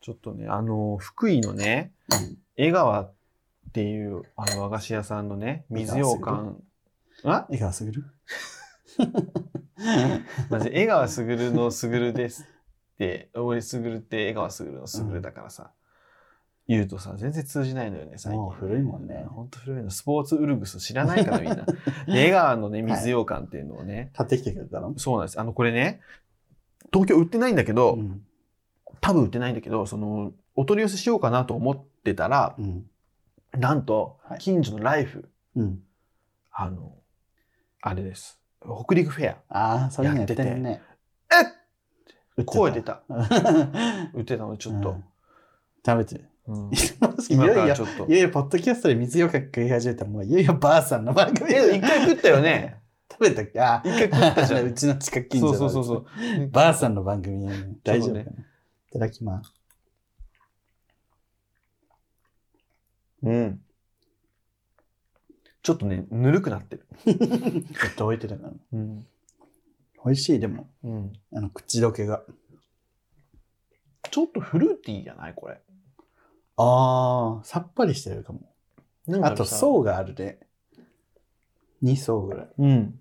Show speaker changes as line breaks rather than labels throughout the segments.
ちょっとね、あの、福井のね、江川っていうあの和菓子屋さんのね、水羊羹。あ
江川卓
マジ江川卓の卓ですって、俺卓って江川卓の卓だからさ、言うとさ、全然通じないのよね、最近。
もう古いもんね
ほんと古いの。スポーツウルグス知らないからみん な。で江川のね、水羊羹っていうのをね、
買ってきてくれたの
そうなんです。あの、これね、東京売ってないんだけど、
ん。
多分売ってないんだけど、その、お取り寄せしようかなと思ってたら、
うん。
なんと
は、い
近所のライフ、
うん。
あの、あれです。北陸フェア。
ああ、それやってるね。
えっ声出
た。
た。売ってたので、ち
ち
ょっと。。
食べて。
うん
い
今
よ
から
いよ
ちょっと
い。よいよ、ポッドキャストで水ようかく食い始めたら、もういよいよばあさんの番組
え、一回食ったよね。
食べたっけあ
一回食ったじゃ。
あうんちの近く 近
そ
所
う
の
そうそうそう。
ばあさんの番組やね大丈夫かな、
そ
いただきます。
うん。ちょっとね、ぬるくなってる。
ちょっと置いてたから。
うん。
美味しい、でも。
うん。
あの、口どけが。
ちょっとフルーティーじゃないこれ。
ああ、さっぱりしてるかも。
なん
あと、
さ
層があるで。2層ぐらい。
うん。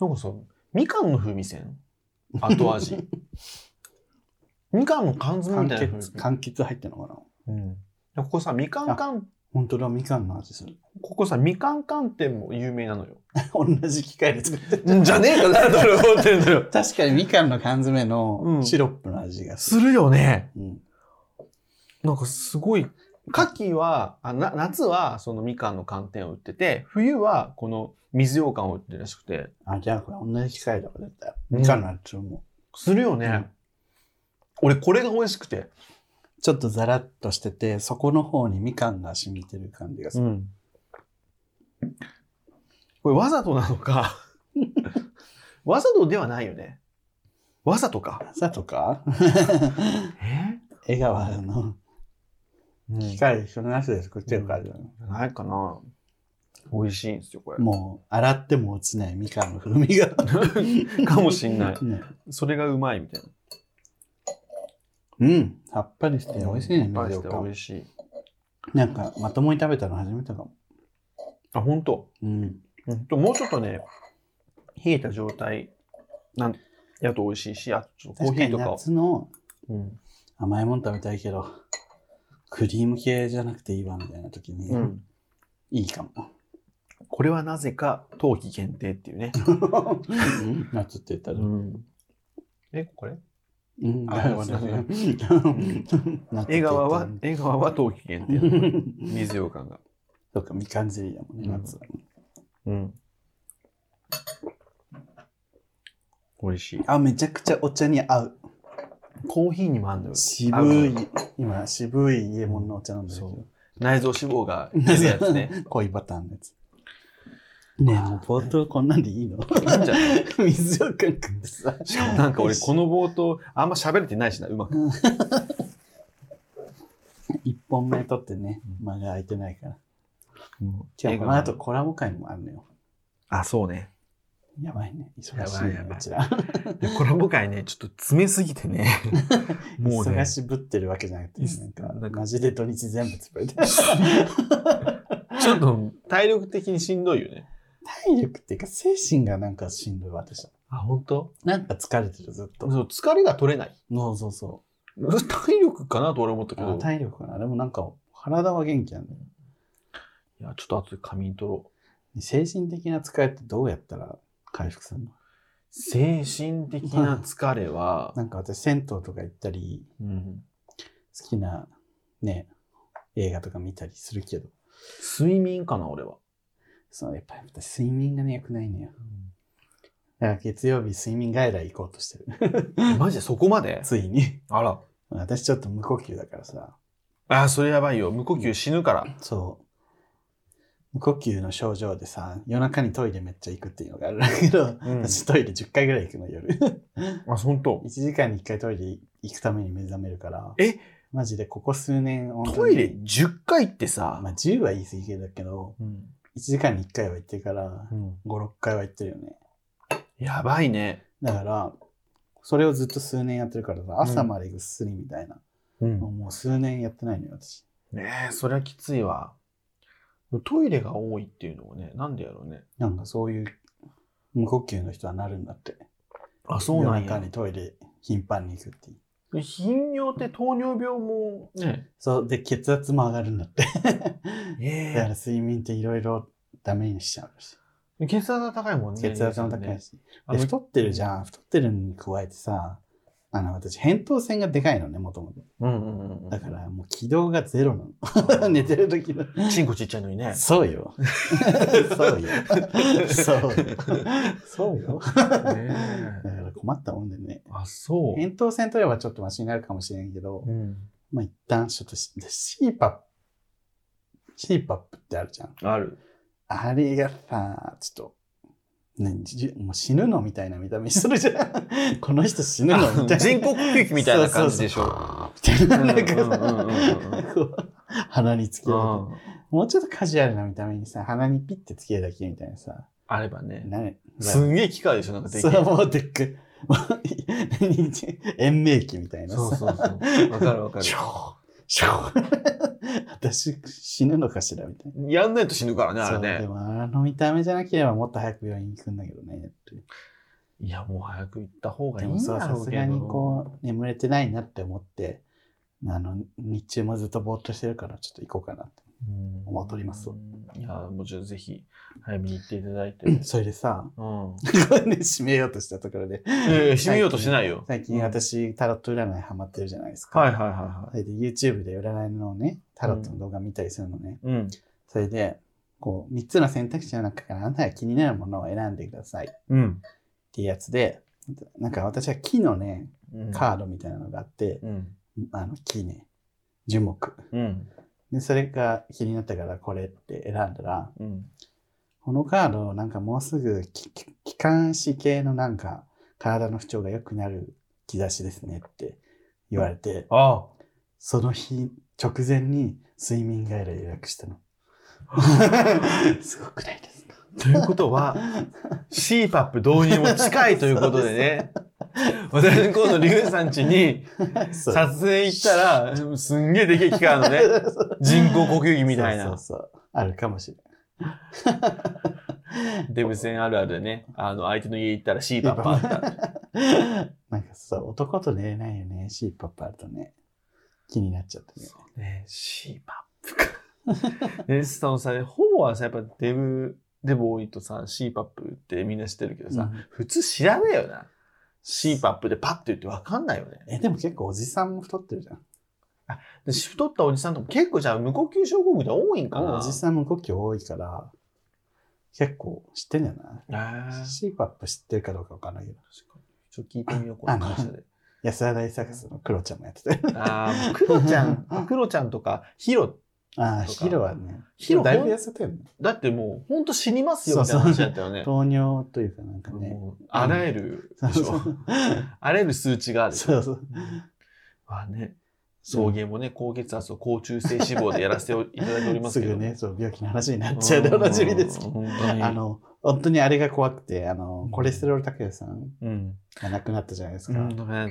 なんかさ、みかんの風味せん後 味。みかんの缶詰
柑
みたいな風
橘、
味。
柑橘入ってるのかな
うん、ここさ、みかん缶、
本当だ、みかんの味する。
ここさ、みかん缶店も有名なのよ。
同じ機械で作ってる。
じゃねえかな、それ思ってんだよ。
確かにみかんの缶詰
う
の
ん
シロップの味がす
す
る。
るよね。
うん。
なんかすごい。牡蠣は、あな夏はそのみかんの寒天を売ってて、冬はこの水羊羹を売ってるらしくて、
あ、じゃあこれ同じ機械だわ、絶対。
うん
みかんの味も。
するよね。
うん
俺これが美味しくて。
ちょっとザラッとしてて、そこの方にみかんが染みてる感じがする。
ん。これわざとなの か。わざとではないよね。わざとか。
朝 とか
え、
江川の機械一緒のやつで作ってるからじゃない、
ないかな。美味しいんですよ、 これ。
もう、洗っても落ちないみかんの風味が。
かもしんない
ね
それがうまいみたいな。
うん。さっぱりして美味しいね、
っぱいして
水ようか
美味しい。
んなんか、まともに食べたの初めてかも。
あ、本当。
うん。
うんともうちょっとね、冷えた状態なんやと美味しいし、あとちょっとコー
確
ヒ
か
ーと
に
かを。
夏の
うん。
甘いもん食べたいけど、クリーム系じゃなくていいわ、みたいな時に、
うん。
いいかも。
これはなぜか冬季限定っていうね。
夏って言ったら。
ん。え、これ
うん
あ
だから
そう そう
私が夏って言ったら
江川は、江川は冬季限定なの これ。水羊羹が。
そうか、みかんゼリーだもんね、
うん
夏は。
うん。美味しい。
あ、めちゃくちゃお茶に合う。
コーヒーにもあんのよ。
渋い、今、渋い家物のお茶なんだけど
そ。内臓脂肪が出るやつね。
ね。濃いバターのやつ。ねえ、もう冒頭こんなんでいいの
いいんじゃ ない
水をかくってさ。
しかもなんか俺この冒頭あんま喋れてないしな、うまく。
一本目取ってね、間が空いてないから。今
映画
日この後コラボ会もあるのよ。
あ、そうね。
やばいね。忙しい
やばい
ね
や、ばいう
ちら。
いやコラボ会ね、ちょっと詰めすぎて ね。もうね
忙。しぶってるわけじゃなくて、なんか、
なんか
マジで土日全部潰れて。
ちょっと体力的にしんどいよね。
体力っていうか、精神がなんかしんどい私は。
あ、本当？
なんか疲れてる、ずっと。
そう、疲れが取れない。
そうそうそ
体力かなと俺思った
う。
けど。
体力かな。でもなんか、体は元気なんだよ。
いや、ちょっと後で仮眠取ろう。
精神的な疲れってどうやったら回復するの
精神的な疲れは、
なんか私、銭湯とか行ったり、
うん、
好きなね、映画とか見たりするけど、
睡眠かな、俺は。
そのやっぱり私睡眠がね、良くないのよ。だから月曜日睡眠外来行こうとしてる。
マジでそこまで
ついに。
あら。
私ちょっと無呼吸だからさ。
あー、それやばいよ。無呼吸死ぬから。
そう。無呼吸の症状でさ、夜中にトイレめっちゃ行くっていうのがあるんだけど、
うん
私トイレ10回ぐらい行くの夜。
あ、本当
1。時間に1回トイレ行くために目覚めるから、
え、
マジでここ数年本当に
トイレ10回ってさ
ま、あ10は言い過ぎだけど、
うん
1時間に1回は行ってるから、5、6回は行ってるよね。
やばいね。
だから、それをずっと数年やってるからさ、朝までぐっすりみたいな
うん
もう数年やってないのよ、私。
ねえ、そりゃきついわ。トイレが多いっていうのもね、なんでやろうね。
なんかそういう無呼吸の人はなるんだって。
あ、そうなん
夜中
や
に。トイレ頻繁に行くっていう。
頻尿って糖尿病もね。
そう、で、血圧も上がるんだって。だから
え
睡眠っていろいろダメにしちゃうし。
え血圧が高いもんね。
血圧も高いし。
あ
で
の。
太ってるじゃん。太ってるのに加えてさ、あの、私、扁桃腺がでかいのね、もともと。
うんうんうんうん。
だから、もう軌道がゼロな の。 寝てる時の。
チンコちっちゃいのに ね。
そう よ。そうよ。そうよ。そうよ。
ね
だ
え
から困ったもんでね。
あ、そう。
扁桃腺取ればちょっとマシになるかもしれんけど、
うん
まあ一旦ちょっとし、で CPAP。CPAP ってあるじゃん。
あ る。
あれがさ、ちょっと、ね、じゅもう死ぬのみたいな見た目するじゃん。 この人死ぬのみたい な。
人工呼吸器みたいな感じでしょ。
みたいな。なんか
うんうんうんうん
さ、 こう鼻につけるだけ。
うん
もうちょっとカジュアルな見た目にさ、鼻にピッてつけるだけみたいなさ。
あればね。
なね
すんげえ機械でしょ、なんかでき
そ
る。
う、もうでっかい。もう何延命期みたいなさ。
そうそうそう。わかるわかる
シ。ョーショー私死ぬのかしらみたいな。
やんないと死ぬからね、あれ
そうで
ね。
もあの見た目じゃなければもっと早く病院行くんだけどねっていう。
いや、もう早く行った方がい
で
いん
も
だ
そうさ
ろう
す
けど。
がにこう眠れてないなって思って、あの日中もずっとぼーっとしてるからちょっと行こうかなって。
うん、
思っております
いや、もちろんぜひ、早めに行っていただい て。
それでさ、
うん。
これね締めようとしたところで、
ええ閉めようとしないよ。
最近私タロット占いハマってるじゃないですか。
はいはいはいは
それで YouTube で占いのね、タロットの動画見たりするのね。
い。うん。
それで、こう、3つの選択肢の中からあなたが気になるものを選んでくださいっ
うん。
ていうやつで、なんか私は木のね、
うん
カードみたいなのがあって、
うん。
あの木ね、樹木。
うん。
で、それが気になったからこれって選んだら、
うん。
このカードなんかもうすぐきき気管支系のなんか体の不調が良くなる兆しですねって言われて、
あ
その日直前に睡眠外来予約した の。すごくないですか
あ。ということは、CPAP 導入も近いということで ね。私、今度、リュウさん家に
そう
撮影行ったら、すんげえでけえ機械あるのね。人工呼吸器みたい
そう
な。
そうそうあるかもしれ
デブ戦あるあるでね、あの、相手の家行ったら CPAP
ない。
あった。
なんかさ、男と寝れないよね、シーパップあるとね。気になっちゃってね。
ね、シーマップか。 ね、そのさ、ほぼはさ、やっぱデブ、デブ多いとさ、シーパップってみんな知ってるけどさ、
うん
普通知らないよな。シーパップでパッて言ってわかんないよね。
え、でも結構おじさんも太ってるじゃん。
で太ったおじさんとか結構じゃあ無呼吸症候群で多いんかな。
おじさんも呼吸多いから、結構知ってんじゃな
へー
いシーパップ知ってるかどうかわかんないけど。
ちょっと聞いてみよう、この会社で。
安田大サックスのクロちゃんもやってたよね。
ああー、もうクロちゃん、クロちゃんとかヒロ、
ああ、
そうか
ヒロはね、
ヒロ
だいぶ痩せてるね。
だってもうほんと死にますよみたいな話だったよね。
糖尿というかなんかね。
もうあらゆる、
そう
でし
そ
ょ
う。
あらゆる数値がある。
そうそう。
まあね、送迎もね、高血圧と高中性脂肪でやらせていただいております
す
けど。
ぐね、そう、病気の話になっちゃうでおなじみですけど。
うん
あ、の、本当にあれが怖くて、あの
う、ん
コレステロール高いさん
うん。
が亡くなったじゃないです
う
か。
ん、亡くな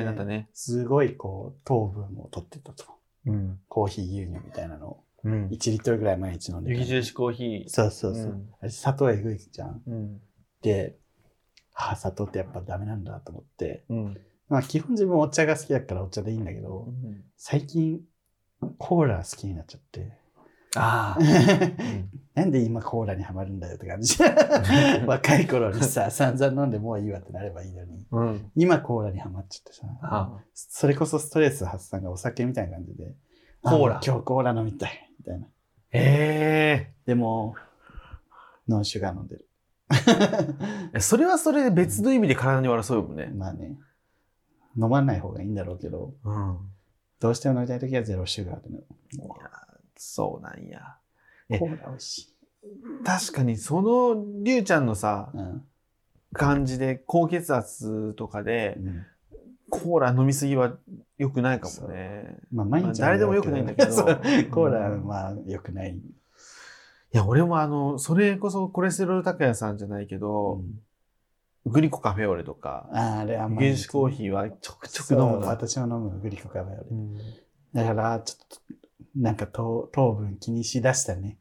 りだったね。
すごい、こう、糖分を取ってたと。
うん。
コーヒー牛乳みたいなのを
うん。
1リットルぐらい毎日飲んで
雪
た。
印コーヒー。
そうそうそう。あれ、砂糖えぐいじゃん。
うん。
で、ああ、砂糖ってやっぱダメなんだと思って。
うん。
まあ、基本自分お茶が好きだからお茶でいいんだけど、
うん
最近、コーラ好きになっちゃって。
ああ。うん
なんで今コーラにはまるんだよって 感じ。若い頃にさ、散々飲んでもういいわってなればいいのに。
うん。
今コーラにはまっちゃってさ。
あ
それこそストレス発散がお酒みたいな感じで。
コーラ
あ今日コーラ飲みたい。みたいな。
え
でも、ノンシュガー飲んでる。
え。それはそれで別の意味で体に悪そうよね。
まあね。飲まない方がいいんだろうけど、
うん。
どうしても飲みたい時はゼロシュガーで飲む。
そうなんや。え
コーラ美味しい。
確かにその、りゅうちゃんのさ、
うん。
感じで、高血圧とかで、
うん
コーラ飲みすぎは良くないかもね。
まあ毎日、
まあ誰でも良くないんだけど
そうコーラは
うん
まあ良くない。
いや、俺もあの、それこそコレステロール高屋さんじゃないけど、
うん
グリコカフェオレとか、
あーあれ甘い
原
やつね。
子コーヒーはちょくちょく
そう
飲むな。
私も飲むグリコカフェオレ
う。ん
だから、ちょっと、なんか糖糖分気にしだしたね。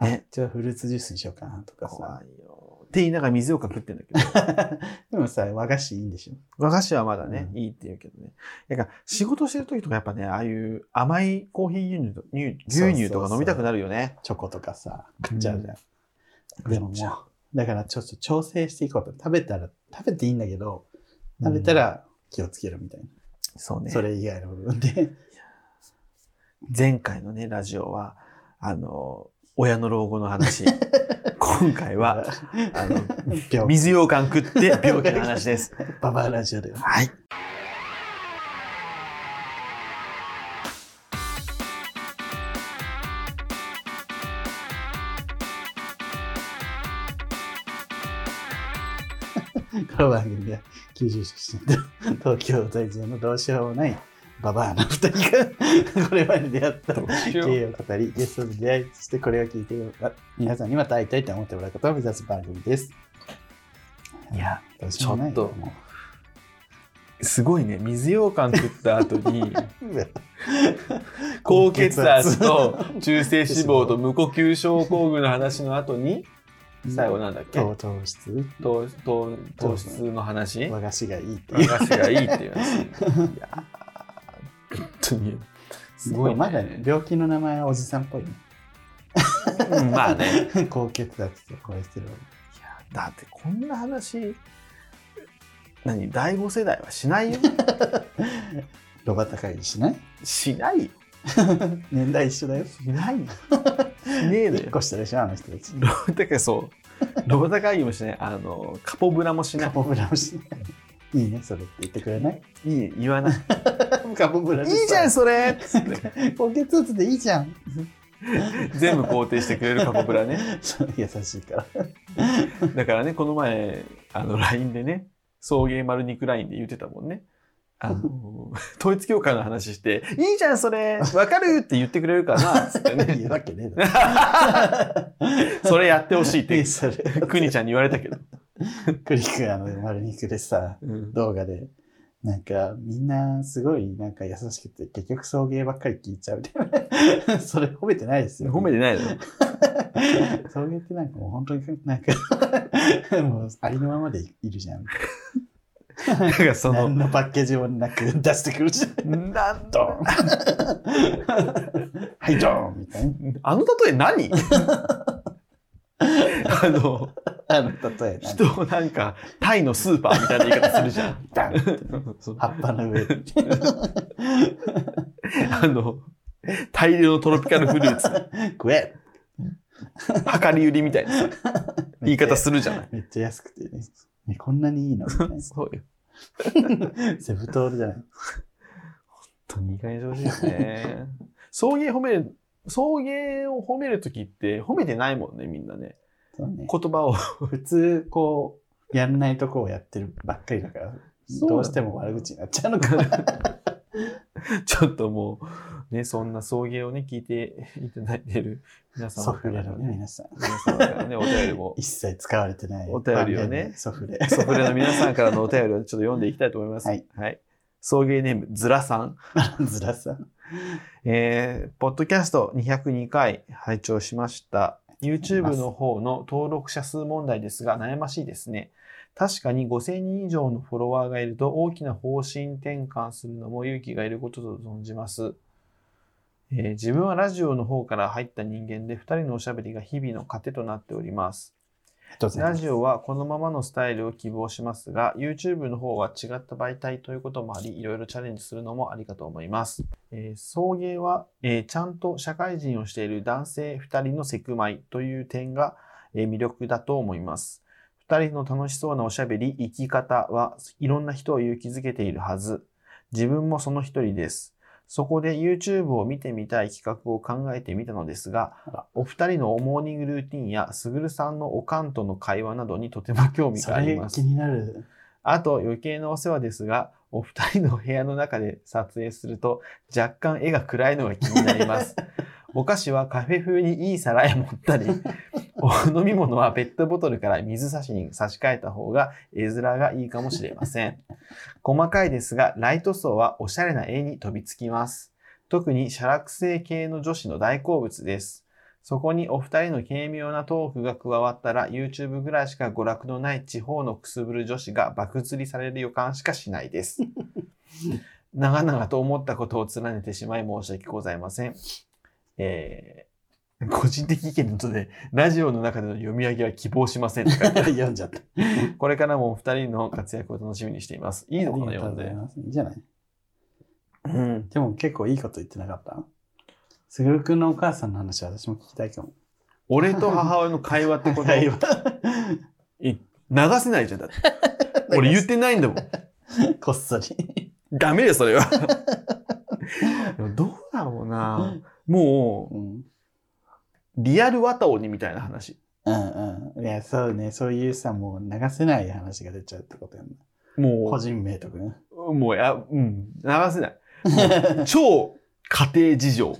ね
ね。ちょっとフルーツジュースにしようかなとか
怖
さ。
いよ。って言いながら水をかくってんだけど。
でもさ、和菓子いいんでしょ
和菓子はまだね、
うん
いいって言うけどね。だから仕事してる時とかやっぱね、ああいう甘いコーヒー牛乳と乳牛乳とか飲みたくなるよね。
チョコとかさ、食っちゃうじゃん。
うん
でもも
食っちゃ
う、だからちょっと調整していこうと。食べたら、食べていいんだけど、食べたら気をつけるみたいな。
そうね。
それ以外の部 分で。
前回のね、ラジオは、あの、親の老後の 話。今回は、あの、
病気、
水羊羹食って病気の話 です。
ババアラジオだよ。
はい。
この番組では90出身と東京在住のどうしようもないババアの二人がこれまで出会った経営を語りゲストに出会いそしてこれを聞いている皆さんにまた会いたいと思ってもらうことを目指す番組です
いや、
どうしようもない
ちょっとすごいね、水羊羹食った後 に、
もう
高血圧と中性脂肪と無呼吸症候群の話の後に、最後なんだっけ
糖糖質
糖糖糖質の話
和菓子がいいってい
和
う
菓子がいいっていう 話。いやー本当に。すごい、ね。
まだね病気の名前はおじさんっぽいね
うんまあね。いや
高血圧とコレステロール
だってこんな話、何、第5世代はしないよ。
ロバ高いしない
しないよ。
年代一緒だよ
しないよ。しねえの
1
よ
個。下でしょあの人たち
ロボタカそう。ロボタ会議もしない。あの、カポブラもしな
カ
い。
ポブラをしない。いいね、それって言ってくれない
いい、言わない。
カポブラ
いいじゃん、そ れつって
ん高血圧でいいじゃん
全部肯定してくれるカポブラね。
そう優しいから。
だからね、この前、あの、LINE でね、送迎丸肉 LINE で言ってたもんね。あの、統一教会の話して、いいじゃん、それわかるって言ってくれるからな、つって
いい
ね。
わけねえだ
それやってほし いっ
ろ。ね
て
え、、それ。
くにちゃんに言われたけど。
クリック、あの、丸肉でさ、
うん
動画で。なんか、みんな、すごい、なんか優しくて、結局送迎ばっかり聞いちゃうみ たいな。それ褒めてないですよ。
褒めてない のよ。
送迎ってなんかもう本当に、なんか、もうありのままでいるじゃん。
だからその
何、のパッケージもなく出してくるじゃん。
なん
ド
と、
ンはい、ドンみたいな。
あの例え 何あの、
あの、例えば、
人をなんか、タイのスーパーみたいな言い方するじゃ ん。
ダン
そう
葉っぱの上で。
あの、大量のトロピカルフルーツ、
食え
量り売りみたいなさ言い方するじゃない。
めっちゃ安くてね。ねこんなにいいのみたいな
そうよ。
セブトールじゃない。
本当に意外に上手ですね。 送迎褒める、送迎を褒めるときって褒めてないもんね、みんなね。
そうね、
言葉を。
普通、こう、やんないとこをやってるばっかりだから、
そうな
ど
の
うしても悪口になっちゃう のかな。
ちょっともう、ね、そんな送迎をね、聞いていただいている皆様
ソフレ
の
のね、皆さん。
皆様から ね、お便りも。
一切使われてない。
お便りをね
番組ソフレ。
ソフレの皆さんからのお便りをちょっと読んでいきたいと思います。
はい。
送迎ネーム、ズラさん。
ずらさん。
えーポッドキャスト202回拝聴しました。YouTube の方の登録者数問題ですが悩ましいですね。確かに5000人以上のフォロワーがいると大きな方針転換するのも勇気がいることと存じます。えー自分はラジオの方から入った人間で2人のおしゃべりが日々の糧となっております。ラジオ
は
はこのままのスタイルを希望しますが、YouTube の方は違った媒体ということもあり、いろいろチャレンジするのもありかと思います。えー送迎は、えーちゃんと社会人をしている男性2人のセクマイという点が、えー魅力だと思います。2人の楽しそうなおしゃべり、生き方はいろんな人を勇気づけているはず。自分もその一人です。そこで YouTube を見てみたい企画を考えてみたのですが
あら、
お二人のモーニングルーティンや、すぐるさんのおかんとの会話などにとても興味
そ
があり
れ
ます
気。になる。
あと余計なお世話ですが、お二人の部屋の中で撮影すると若干絵が暗いのが気になります。お菓子はカフェ風にいい皿へ持ったり、お飲み物はペットボトルから水差しに差し替えた方が絵面がいいかもしれません。細かいですが、ライト層はおしゃれな絵に飛びつきます。特にシャラク性系の女子の大好物です。そこにお二人の軽妙なトークが加わったら YouTube ぐらいしか娯楽のない地方のくすぶる女子が爆釣りされる予感しかしないです。長々と思ったことを連ねてしまい申し訳ございません。えー個人的意見のとで、ラジオの中での読み上げは希望しませんって書いてある。
読んじゃった。
これからもお二人の活躍を楽しみにしています。いいのかな、
ありが
読
とうんござい
で。
ます。いいじゃない。
うん。
でも結構いいこと言ってなかったすぐるくんのお母さんの話は私も聞きたいかも。
俺と母親の会話ってこと、
会
流
話
せないじゃん、だって。俺言ってないん だもん。
こっそり。
ダメよ、それは。でもどうだろうな。も
う
う、
ん。
リアルワタオニみたいな話。
うんうん。いや、そうね。そういうさ、もう流せない話が出ちゃうってことやんな。個
も
人名とかね。
う、もうや、うん、流せない。超家庭事 情。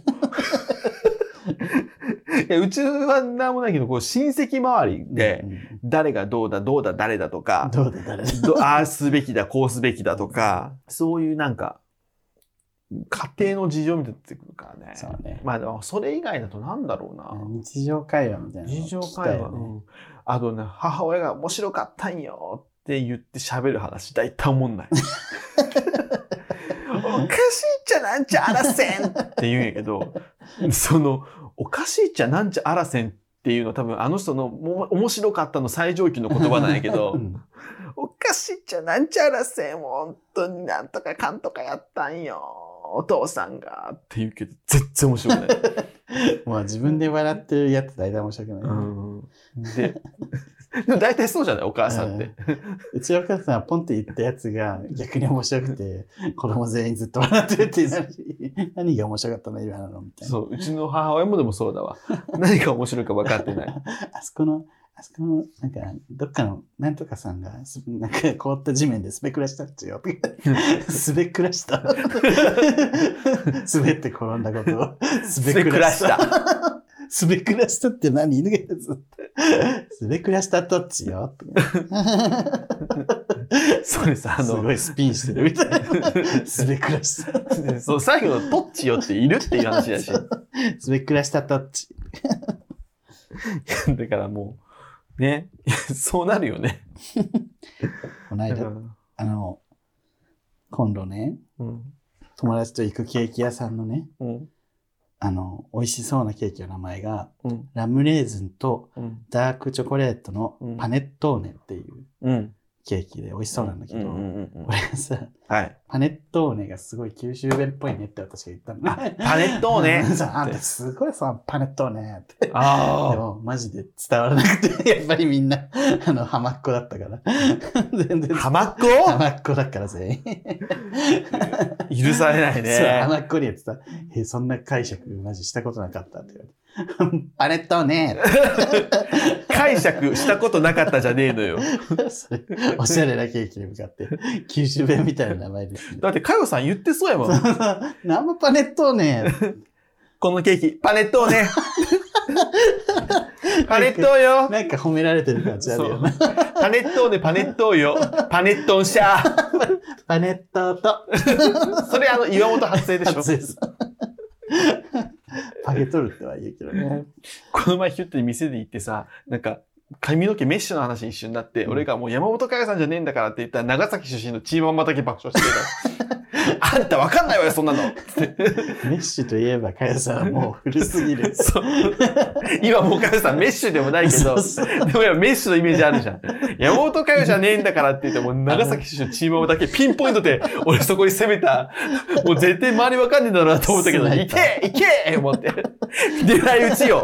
いやうちは何もないけど、こう親戚周りで、
うんうん
誰がどうだ、どうだ、誰だとか、
どうだ、誰だ。
どああすべきだ、こうすべきだとか、そういうなんか、家庭の事情みたいになってくるからね。
そうね。
まあでも、それ以外だとなんだろうな。
日常会話みたいなの
日
聞
常
きたい
会話、
よね。
うんあとね、母親が面白かったんよって言って喋る話、大体おもん ない。おかしいっちゃなんちゃあらせんって言うんやけど、その、おかしいっちゃなんちゃあらせんっていうのは多分あの人のも面白かったの最上級の言葉なんやけど
う、ん
おかしいっちゃなんちゃあらせん、本当になんとかかんとかやったんよ、お父さんがって言うけど、全然面白くない。
まあ自分で笑ってるやつ大体面白くない。
ででも 大体そうじゃないお母さんって、
うちのお母さんはポンって言ったやつが逆に面白くて、子供全員ずっと笑ってるってなるし、何が面白かったの今のみたいな。
そううちの母親もでもそうだわ何が面白いか分かってない
あそこの、あそこの、なんか、どっかの、なんとかさんが、すなんか凍った地面で滑らしたっ ちよ。滑らした。滑って転んだことを。滑らした。滑らしたって何犬がやつ滑らしたとっちよ。
そうですあ
す
の
ごいスピンしてるみた いな。滑らした。
そう最後の「トッチよ」っているっていう話だし
滑らしたとっち。
だからもうね そうなるよね
この
だか
間
ら、
あの、今度ね、
うん
友達と行くケーキ屋さんのね、
うん
あの、美味しそうなケーキの名前が、
うん
ラムレーズンと
うん
ダークチョコレートのパネットーネっていう
うん
ケーキで美味しそうなんだけど、
うんうんうんうん
俺さ、
はい
パネットーネがすごい九州弁っぽいねって私が言ったの。
あパネットーネ
そうあんたすごいさ、パネットーネって。で
あ
も、マジで伝わらなくて、やっ ぱりみんな、あの、浜っ子だったから。 全然
あ。浜っ子
浜っ子だから全員。
許されない
そう、
ね
花っこりやってた。え、そんな解釈、マジしたことなかったって言われて。 パネットーネ
解釈したことなかったじゃねえ のよ
それおしゃれなケーキに向かって、 九州弁みたいな名前ですね。
だって佳代さん言ってそうやもん
生パネットーネ
このケーキ、パネットを ね。パネットをよ。
なんか褒められてる感じあるよな。
パネットをね、パネットをよ。パネットンシャー。
パネットと、
それあの、岩本発声でしょ
初。です。 パゲトルっては言うけどね。
この前ヒュッて店で行ってさ、なんか、髪の毛メッシュの話一緒になって、
うん
俺がもう山本佳代さんじゃねえんだからって言ったら、長崎出身のチーマンまたけ爆笑してた。 あんたわかんないわよ、そんなの。
メッシュといえば、かやさんはもう古す ぎる。
そう今もう佳代さんメッシュでもないけど
そう、そう
でも今メッシュのイメージあるじゃん。山本かよじゃねえんだからって言って、もう長崎市のチームだけピンポイントで、俺そこに攻めた。もう絶対周りわかんねえだろうなと思ったけど、
スナ
い
イパー
けいけ思って。狙い撃ちよ。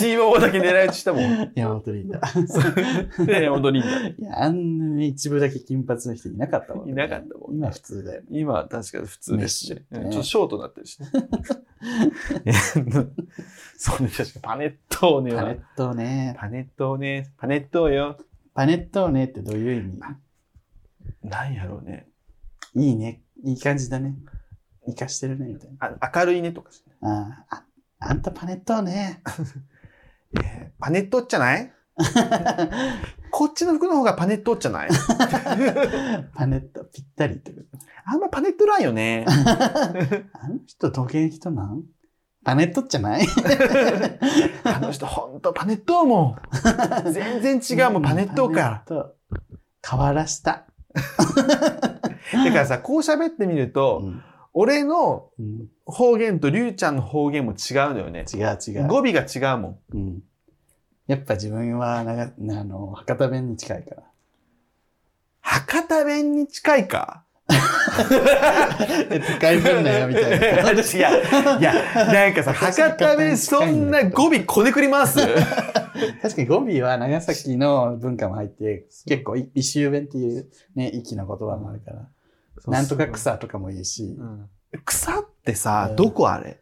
チームだけ狙い撃ちしたもん。
山本リンダ。
で、山本リンダ。
いや、あんなに一部だけ金髪の人いなかったもん、
いなかったもん
今普通だよ。
今は確かに普通ですね。
メッシュね
うんちょっとショートになってるしね。 そうね、確かパネットをね
パ
は
ネットね。
パネットをね、パネットをよ。
パネットねってどういう意
なんやろうね。
味いいね。いい感じだね。生かしてるね、みたい
あ明るいねとかしね
な。ああ、ああんたパネットね。
えパネットっちゃ ないこっちの服の方がパネットっちゃない
パネットぴったりってこと。
あんまパネットないよ ね。
あの人どげん人なんパネットっちゃない
あの人ほんとパネットもう全然違うもうパネットか。
パネット。変わらした。
ら。だからさ、こう喋ってみると、
うん
俺の
うん
方言とりゅうちゃんの方言も違うのよね。
違う違う。
語尾が違うもん。
うん、やっぱ自分はながあの博多弁に近いから。
博多弁に近いか
え使い分なよみたいな。
いや、いや、なんかさ、博多弁そんな語尾こねくります
確かに語尾は長崎の文化も入って、結構い一周弁っていうね、息の言葉もあるから。なんとか草とかもいいし。
うん草って
う
さ
ん、
どこあれ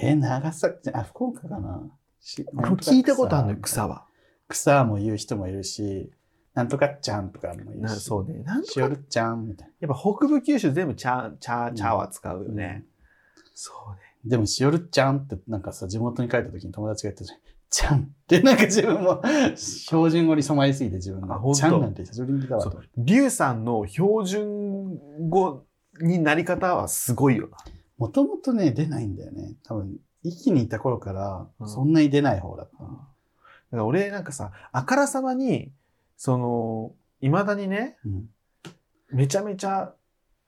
えー、長崎、あ、福岡かなし
俺も聞いたことあるのよ、。
なんか
草は。
草草も言う人もいるし、なんとかちゃんとかもいる
な
し。
そうね。なんと
し
か
おるちゃんみたい
やっぱ北部九州全部チャー、チャー、チャーは使うよ
な。
ね。そうね。
でも、しおるちゃんって、なんかさ、地元に帰った時に友達が言ったじゃん。ちゃんって、なんか自分も、標準語に染まりすぎて自分
あ本
が。
当
ちゃんなんて久しぶりに聞いたわ
そ
と
う。リュウさんの標準語になり方はすごいよな。
もともとね、出ないんだよね。多分、一気にいた頃から
う、ん
そんなに出ない方だったの。
だから俺なんかさ、あからさまに、その、いまだにね、
うん。
めちゃめちゃ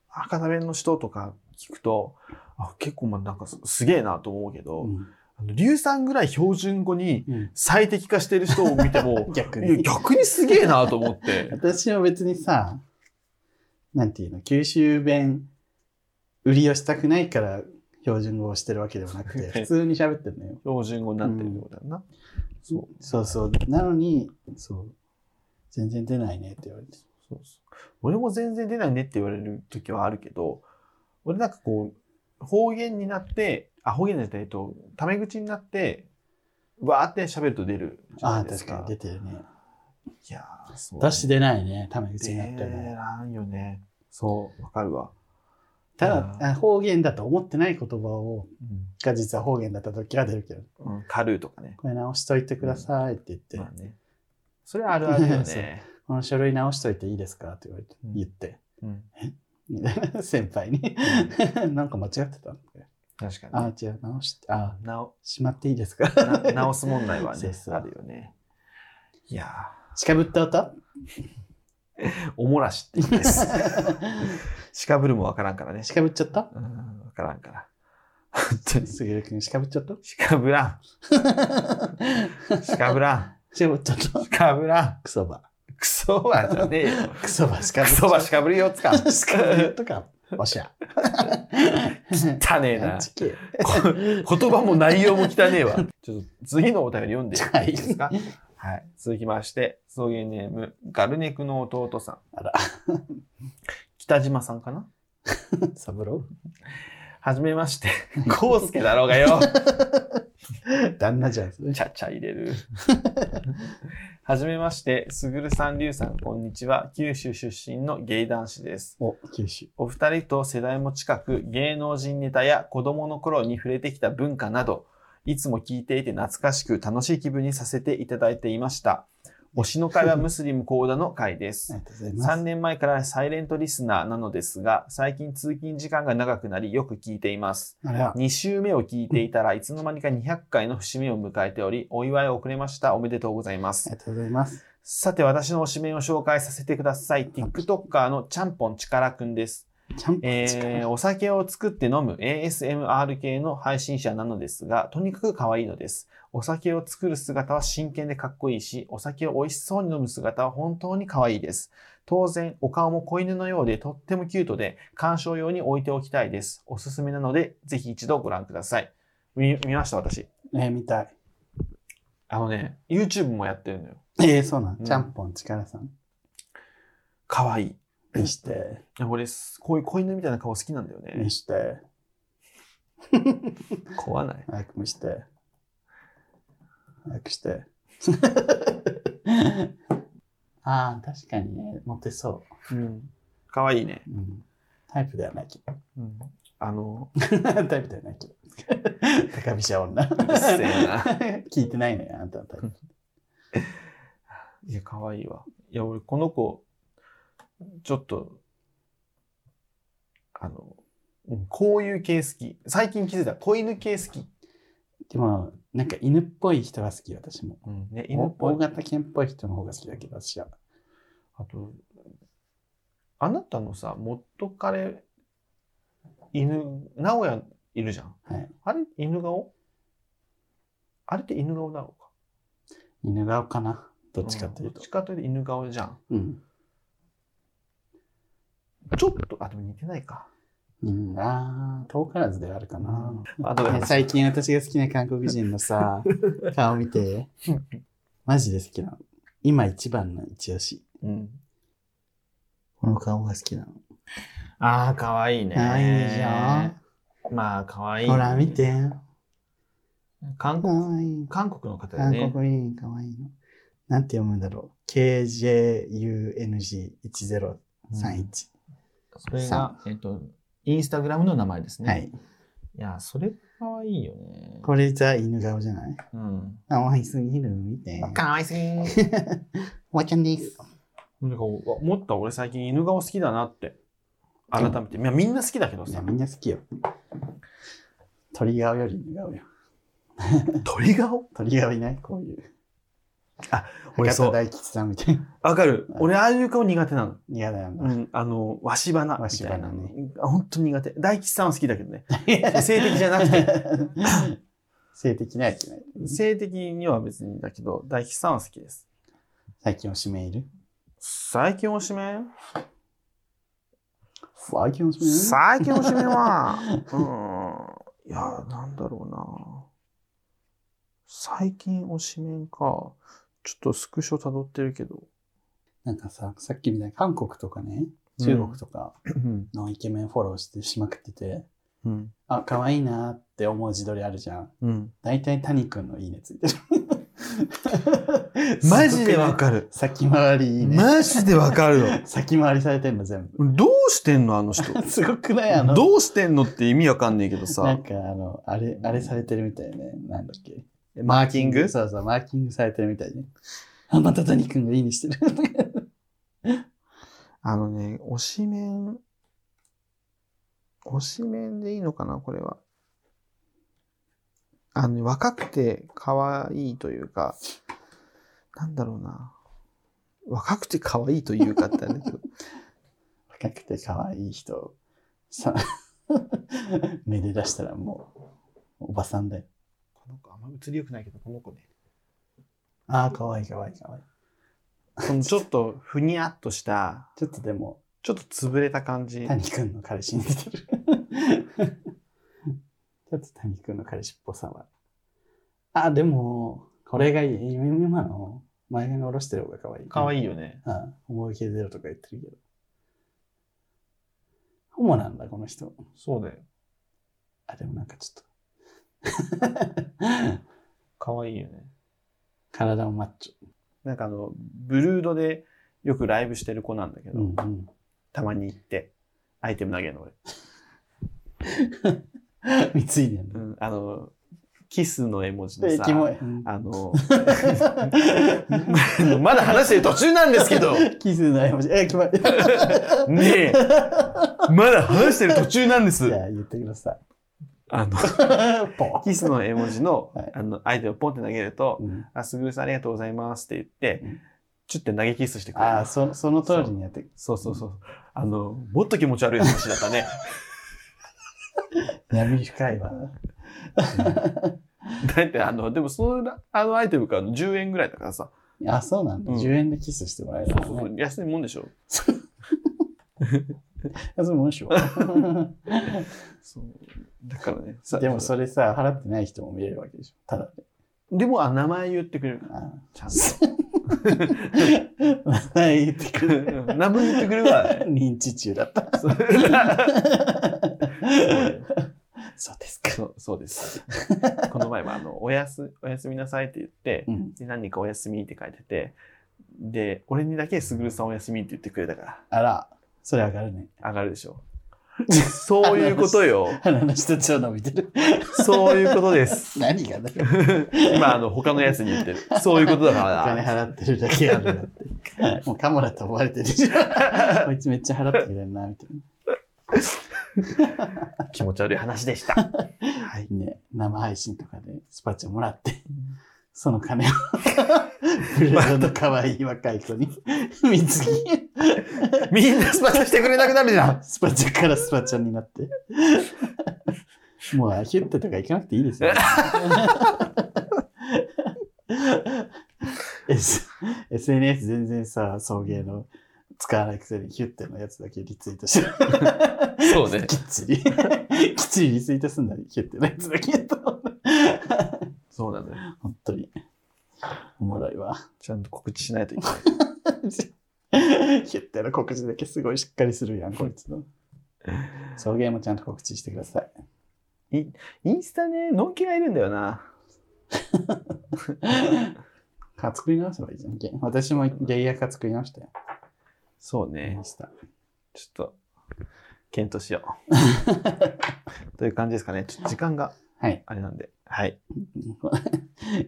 博多弁の人とか聞くと、あ結構まあなんかすすげえなと思うけど、あのリュウさんぐらい標準語に
うん
最適化してる人を見て も、
逆
いや
に。
逆にすげえなと思って。
私は別にさ、なんていうの、九州弁、売りをしたくないから、標準語をしてるわけではな くて、普通に喋ってるのよ。
標準語になってるってことだな。そう
そうそう。なのに、そう。全然出ないねって言われて。
そうそう俺も全然出ないねって言われる時はあるけど俺なんかこう方言になってあ方言じゃないえっとタメ口になってわーって喋ると出るじゃ
あ
な
あ、
いで
確
すか
かに出てるね。
いやーそう
私出ないね、タメ口
出
になってね。
らんよねそうわかるわ、
ただ、あ方言だと思ってない言葉を、
う
が実は方言だった時は出るけど。
んうん、カルーとかね
これ直しといてくださいって言って、
まあねそれはあるあるよ
そ
ね
この書類直しといていいですかって言われて、
うん
言って
うん、
みたいな、先輩に、 なんか間違ってた
確かに
あ
ね
あ、違う、直して、ああ、
なお
しまっていいですか
な 直す問題は
そ
ね
うそう
あるよねいや
しかぶった音
ーおもらしって言うん ですしかぶるもわからんからね。
しかぶっちゃった
うん、わからんから。本当に。
すぐるくん、しかぶっちゃった
しかぶら ん。しかぶらん。
しかぶっちゃった
しかぶらん。
クソバ。
クソバじゃねえよ。
クソバしか
ク
ぶっ
ソバしかぶりよつか。
た。しかぶ っとか。おしゃ。
汚ねえ
あ
な
っ。ち系
こ言葉も内容も汚ねえわ。ちょっと次のお便り読んでいいですか。はい。続きまして、送迎ネーム、ガルネクの弟さん。
あら。
北島さんかな
サブロ
はじめまして。 コウスケだろうがよ。
ー旦那じ ゃん。それ
ちゃちゃ入れる。はじめまして、すぐるさん、りゅうさん、こんにちは。九州出身の芸男子です。
お、九州。
お二人と世代も近く、芸能人ネタや子供の頃に触れてきた文化など、いつも聞いていて懐かしく楽しい気分にさせていただいていました。推しの会はムスリム講座の会で
あ
す
り。がとうございます。
3年前からサイレントリスナーなのですが、最近通勤時間が長くなりよく聞いています。
あら。
2週目を聞いていたらいつの間にか200回の節目を迎えており、お祝いを遅れました。おめでとうございま
あり
す。
がとうございます。
さて、私の推しメンを紹介させてください。TikToker のちゃんぽんちからくんです。
ちゃんぽん
え
力
ー、お酒を作って飲む ASMR 系の配信者なのですが、とにかく可愛いのです。お酒を作る姿は真剣でかっこいいし、お酒を美味しそうに飲む姿は本当に可愛いです。当然、お顔も子犬のようでとってもキュートで、鑑賞用に置いておきたいです。おすすめなので、ぜひ一度ご覧ください。見、見ました、私。
えー、見たい。
あのね、YouTube もやってるのよ。
えー、そうなの、
うん
ちゃんぽん力さん
可愛い。
にして、
俺、こういう子犬みたいな顔好きなんだよね
に。して、
怖ない。
早く見して、早くして。 ああ、確かにね、モテそ
うん。可愛いね。
う、うん。タイプではないけど。
うん。あの、
タイプではないけど。高飛車女。
っせえな
聞いてないのよ、あんたのタイプ。
いや、可愛いわ。いや、俺、この子、ちょっと、あの、うんこういう系好き。最近気づいた。子犬系好き。
でも、なんか犬っぽい人は好き、私も。
うん、ね、犬
犬
っぽい
大。型犬っぽい人の方が好きだけど、私は。
あと、あなたのさ、元彼、犬、直哉いるじゃん。
はい
あれ、犬顔あれって犬顔だろうか。
犬顔かな。どっちかとい
ん
う
ど
と
っ。ちかというと犬顔じゃん。
うん。
ちょっと、あ、でも似てないか。
うん、あー遠からずではあるかな。
あ、どう
ね最近私が好きな韓国人の さ、顔見て。マジで好きなの。今一番の一押し。
うん。
この顔が好きなの。
ああ、かわいいね。
可愛いじゃん。
まあ、かわいい。
ほら見。て。
韓
か
国、
わいい。
韓国の方だよ
韓
ね。
国人かわいいの。なんて読むんだろう。KJUNG1031。
うんそれが、えっと、インスタグラムの名前ですね。
は。い。
いや、それかわいいよね。
これザ犬顔じゃない
うん。
かわいすぎる。見て。
かわいすぎー。
おばちゃんです。
なんか思った俺最近犬顔好きだなって改めて、いやみんな好きだけど
いや、
さ
みんな好きよ。鳥顔より犬顔よ。
鳥顔
鳥顔いないこういう。
あ、俺
俺
そう
そう。大吉さんみたいな。
わかる
うん
俺ああいう顔苦手なの、
嫌だよ
う
な。
ん、あのわし花みたいな
わし花ね
あ本当に苦手大吉さんは好きだけど ね性的じゃなくて
性的なやつね。
性的には別にだけど大吉さんは好きです
最近おしめいる
最近おしめ
最近おしめいる
最近おしめ はうんいやなんだろうな最近おしめんかちょっとスクショ辿ってるけど
なんかさ、さっきみたいに韓国とかね、中国とか
うん、
のイケメンフォローしてしまくってて、
うん
あ、可愛いなって思う自撮りあるじゃん。
うん、
大体谷くんのいいねついてる。
マジでわ
る。
か る。
先回りいいね。
マジでわかるの。
先回りされてんの全 部。
どうしてんのあの人。
すごく ないあの、
どうしてんのって意味わかんねえけど
な
さ
ん。かあの、あれ、あれされてるみたいね。なんだっけ。
マーキング
そうそう、マーキングされてるみたいね。あ、また谷くんがいいねしてる。
あのね、推しメン、推しメンでいいのかなこれは。あのね、若くて可愛いというか、なんだろうな。若くて可愛いというか ってあれだけど。
若くて可愛い人。さ、 目で出したらもう、おばさんだよ。
この子あんま映り良くないけど、この子ね。
ああ、可愛い可愛い可愛い。
このちょっとふにゃっとした、
ちょっとでも、
ちょっと潰れた感じ。
谷くんの彼氏に似てる。 ちょっと谷くんの彼氏っぽさは。あ、でも、これがいい。今の前髪下ろしてる方が可愛い。
可愛
い。
いよね。
うん。思い切りゼロとか言ってるけど。ホモなんだ、この人。
そうだよ。
あ、でもなんかちょっと。
可愛いよね。
体もマッチ
なんかあの、ブルードでよくライブしてる子なんだけ
ョ。
ど、
うん。
たまに行って、アイテム投げるの俺。
三井でや
う
る。
ん、あの、キスの絵文字で
で、
さ
キ、モい。うん
あの、まだ話してる途中なんですけ ど、
キスないもし。え、キモい。
ねえ、まだ話してる途中なんで
じ
す。
ゃあ言ってください。
あの、
ポン
キスの絵文字の
はい、
あの、アイテムをポンって投げると、
うん
あ、すぐるさんありがとうございますって言って
うん、
チュって投げキスしてくれる
あ。あ、そその通りにやって、
そうそうそう。あの、もっと気持ち悪い話だった ね。
闇深いわ。
だってあの、でもその、あのアイテムからの10円ぐらいだからさ、
あ、そうなんだ。
うん
10円でキスしてもらえる
そう
の
そうそ
ね。
う安いもんでしょ。
あそれもいしよ
そうだからね。さ
でもそれさ、払ってない人も見れるわけでしょ。ただで。
でも、あ、名前言ってくれるから、
あ
ちゃ
あはい、言ってくる。
んと。名前言ってくれるからね。
認知中だった。
そう
そうですか。
そうそうです。この前もあのおやす、おやすみなさいって言って
う、ん。
で何人かおやすみって書いてて、で、俺にだけすぐるさんおやすみって言ってくれたか
あら、それ上がるね。
ら、上がるでしょ。そういうことよ。
鼻の下超伸びてる。
そういうことです。
何がだよ。
今、あの、他のやつに言ってる。そういうことだ
お金
か
払ってるだけやるなって。もうカモだと思われてるじゃん。
ら
こいつめっちゃ払ってくれるな、みたい
な。気持ち悪い話で した。
な。はい。ね、生配信とかでスパチャもらって、その金を、ブルドの可愛い若い子に、水着、
みんなスパチャしてくれなくなるじゃん。
スパチャからスパチャになって。もう、ヒュッてとか行かなくていいですよ。S、SNS 全然さ、送迎の使わないくせにヒュッてのやつだけリツイートしてる。
そうね
きっちり、きっちりリツイートすんだにヒュッてのやつだけと。
そうなのよ。
本当に。おもろいわ。
ちゃんと告知しないといけない。
ヒュッての告知だけすごいしっかりするやん、こいつの。送迎もちゃんと告知してください。
インスタね、のんきがいるんだよな。
か作り直せばいいじゃん。ゲ私もレイヤーか作り直したよ。
そう
イ
ね
ン。スタ
ちょっと、検討しよ う。という感じですかね。ちょっと時間が
はい、
あれなんで。はい。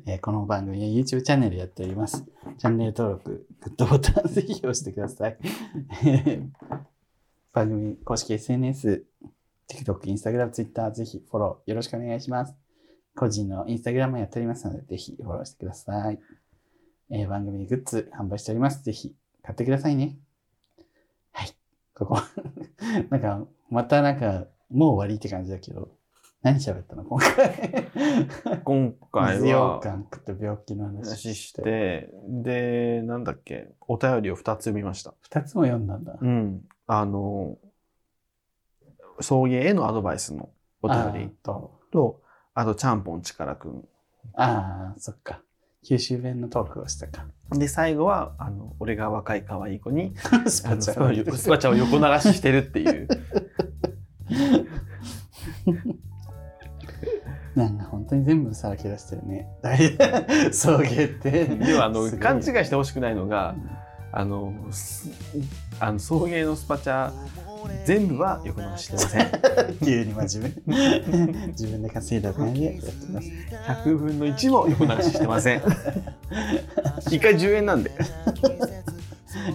えーこの番組は YouTube チャンネルやっております。チャンネル登録、グッドボタンぜひ押してください。 えー番組公式 SNS、TikTok、Instagram、Twitter ぜひフォローよろしくお願いします。個人の Instagram もやっておりますので、ぜひフォローしてください。えー番組グッズ販売しております。ぜひ買ってくださいね。はい。こ こ。なんか、またなんか、もう終わりって感じだけど、何喋ったの今回。
今回
水羊
は、
羹食って病気の話
話
し。
してて、で、なんだっけ、お便りを2つ読みました。
二つも読んだんだ。
うん。あの、送迎へのアドバイスのお便り
あーと。
と、あと、ちゃんぽんちからくん。
ああ、そっか。九州弁のトークをし たか。
で、最後は、あの、俺が若い可愛い子に、
ス
あ
パ
のス
チャを
パ
言う。
スパチャを横流ししてるっていう。
なんか本当に全部さらけ出してるね。大送迎って。
要は、あの
す、ごい
勘違いしてほしくないのが、あの、すあの送迎のスパチャ、全部は横流ししてません。
急に真面目。 自分で稼いだお金でやってます。
100分の1も横流ししてま せん。一回10円なんで。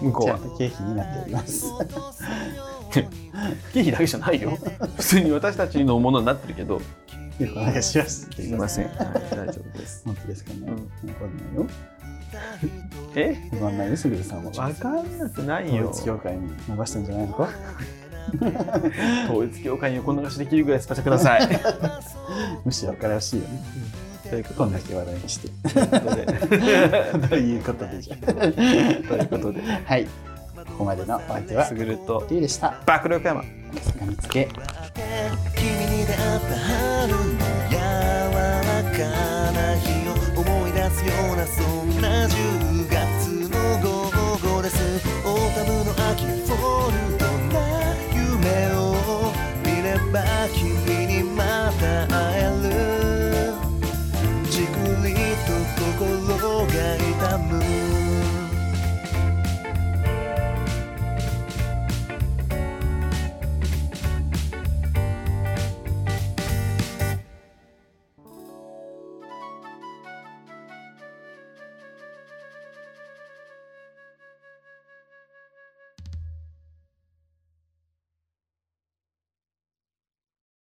向こう
ちゃ
は
ん。と経費になっております。
経費だけじゃないよ。普通に私たちのものになってるけど。
よくお願いします。
すいません。はい、大丈夫です。
本当ですかね。
うん
わかんないよ。
え
わかんないよ、すぐるさんも。
わかんなくない
統
よ。
一協会に伸ばしたんじゃないのか
統一教会に横流しできるぐらいスパチャくだ さい。
むしろからしいよね。
というこ
こんだけ話題 にして。
とで。
ということ でじゃあ。ということで。はい。ここまでのお相手は
す、ぐると、
リュウでした。
爆力山。
坂見つけ。
君に出会った春の柔らかな日を思い出すようなそんな10月の午後ですオータムの秋フォルトな夢を見れば君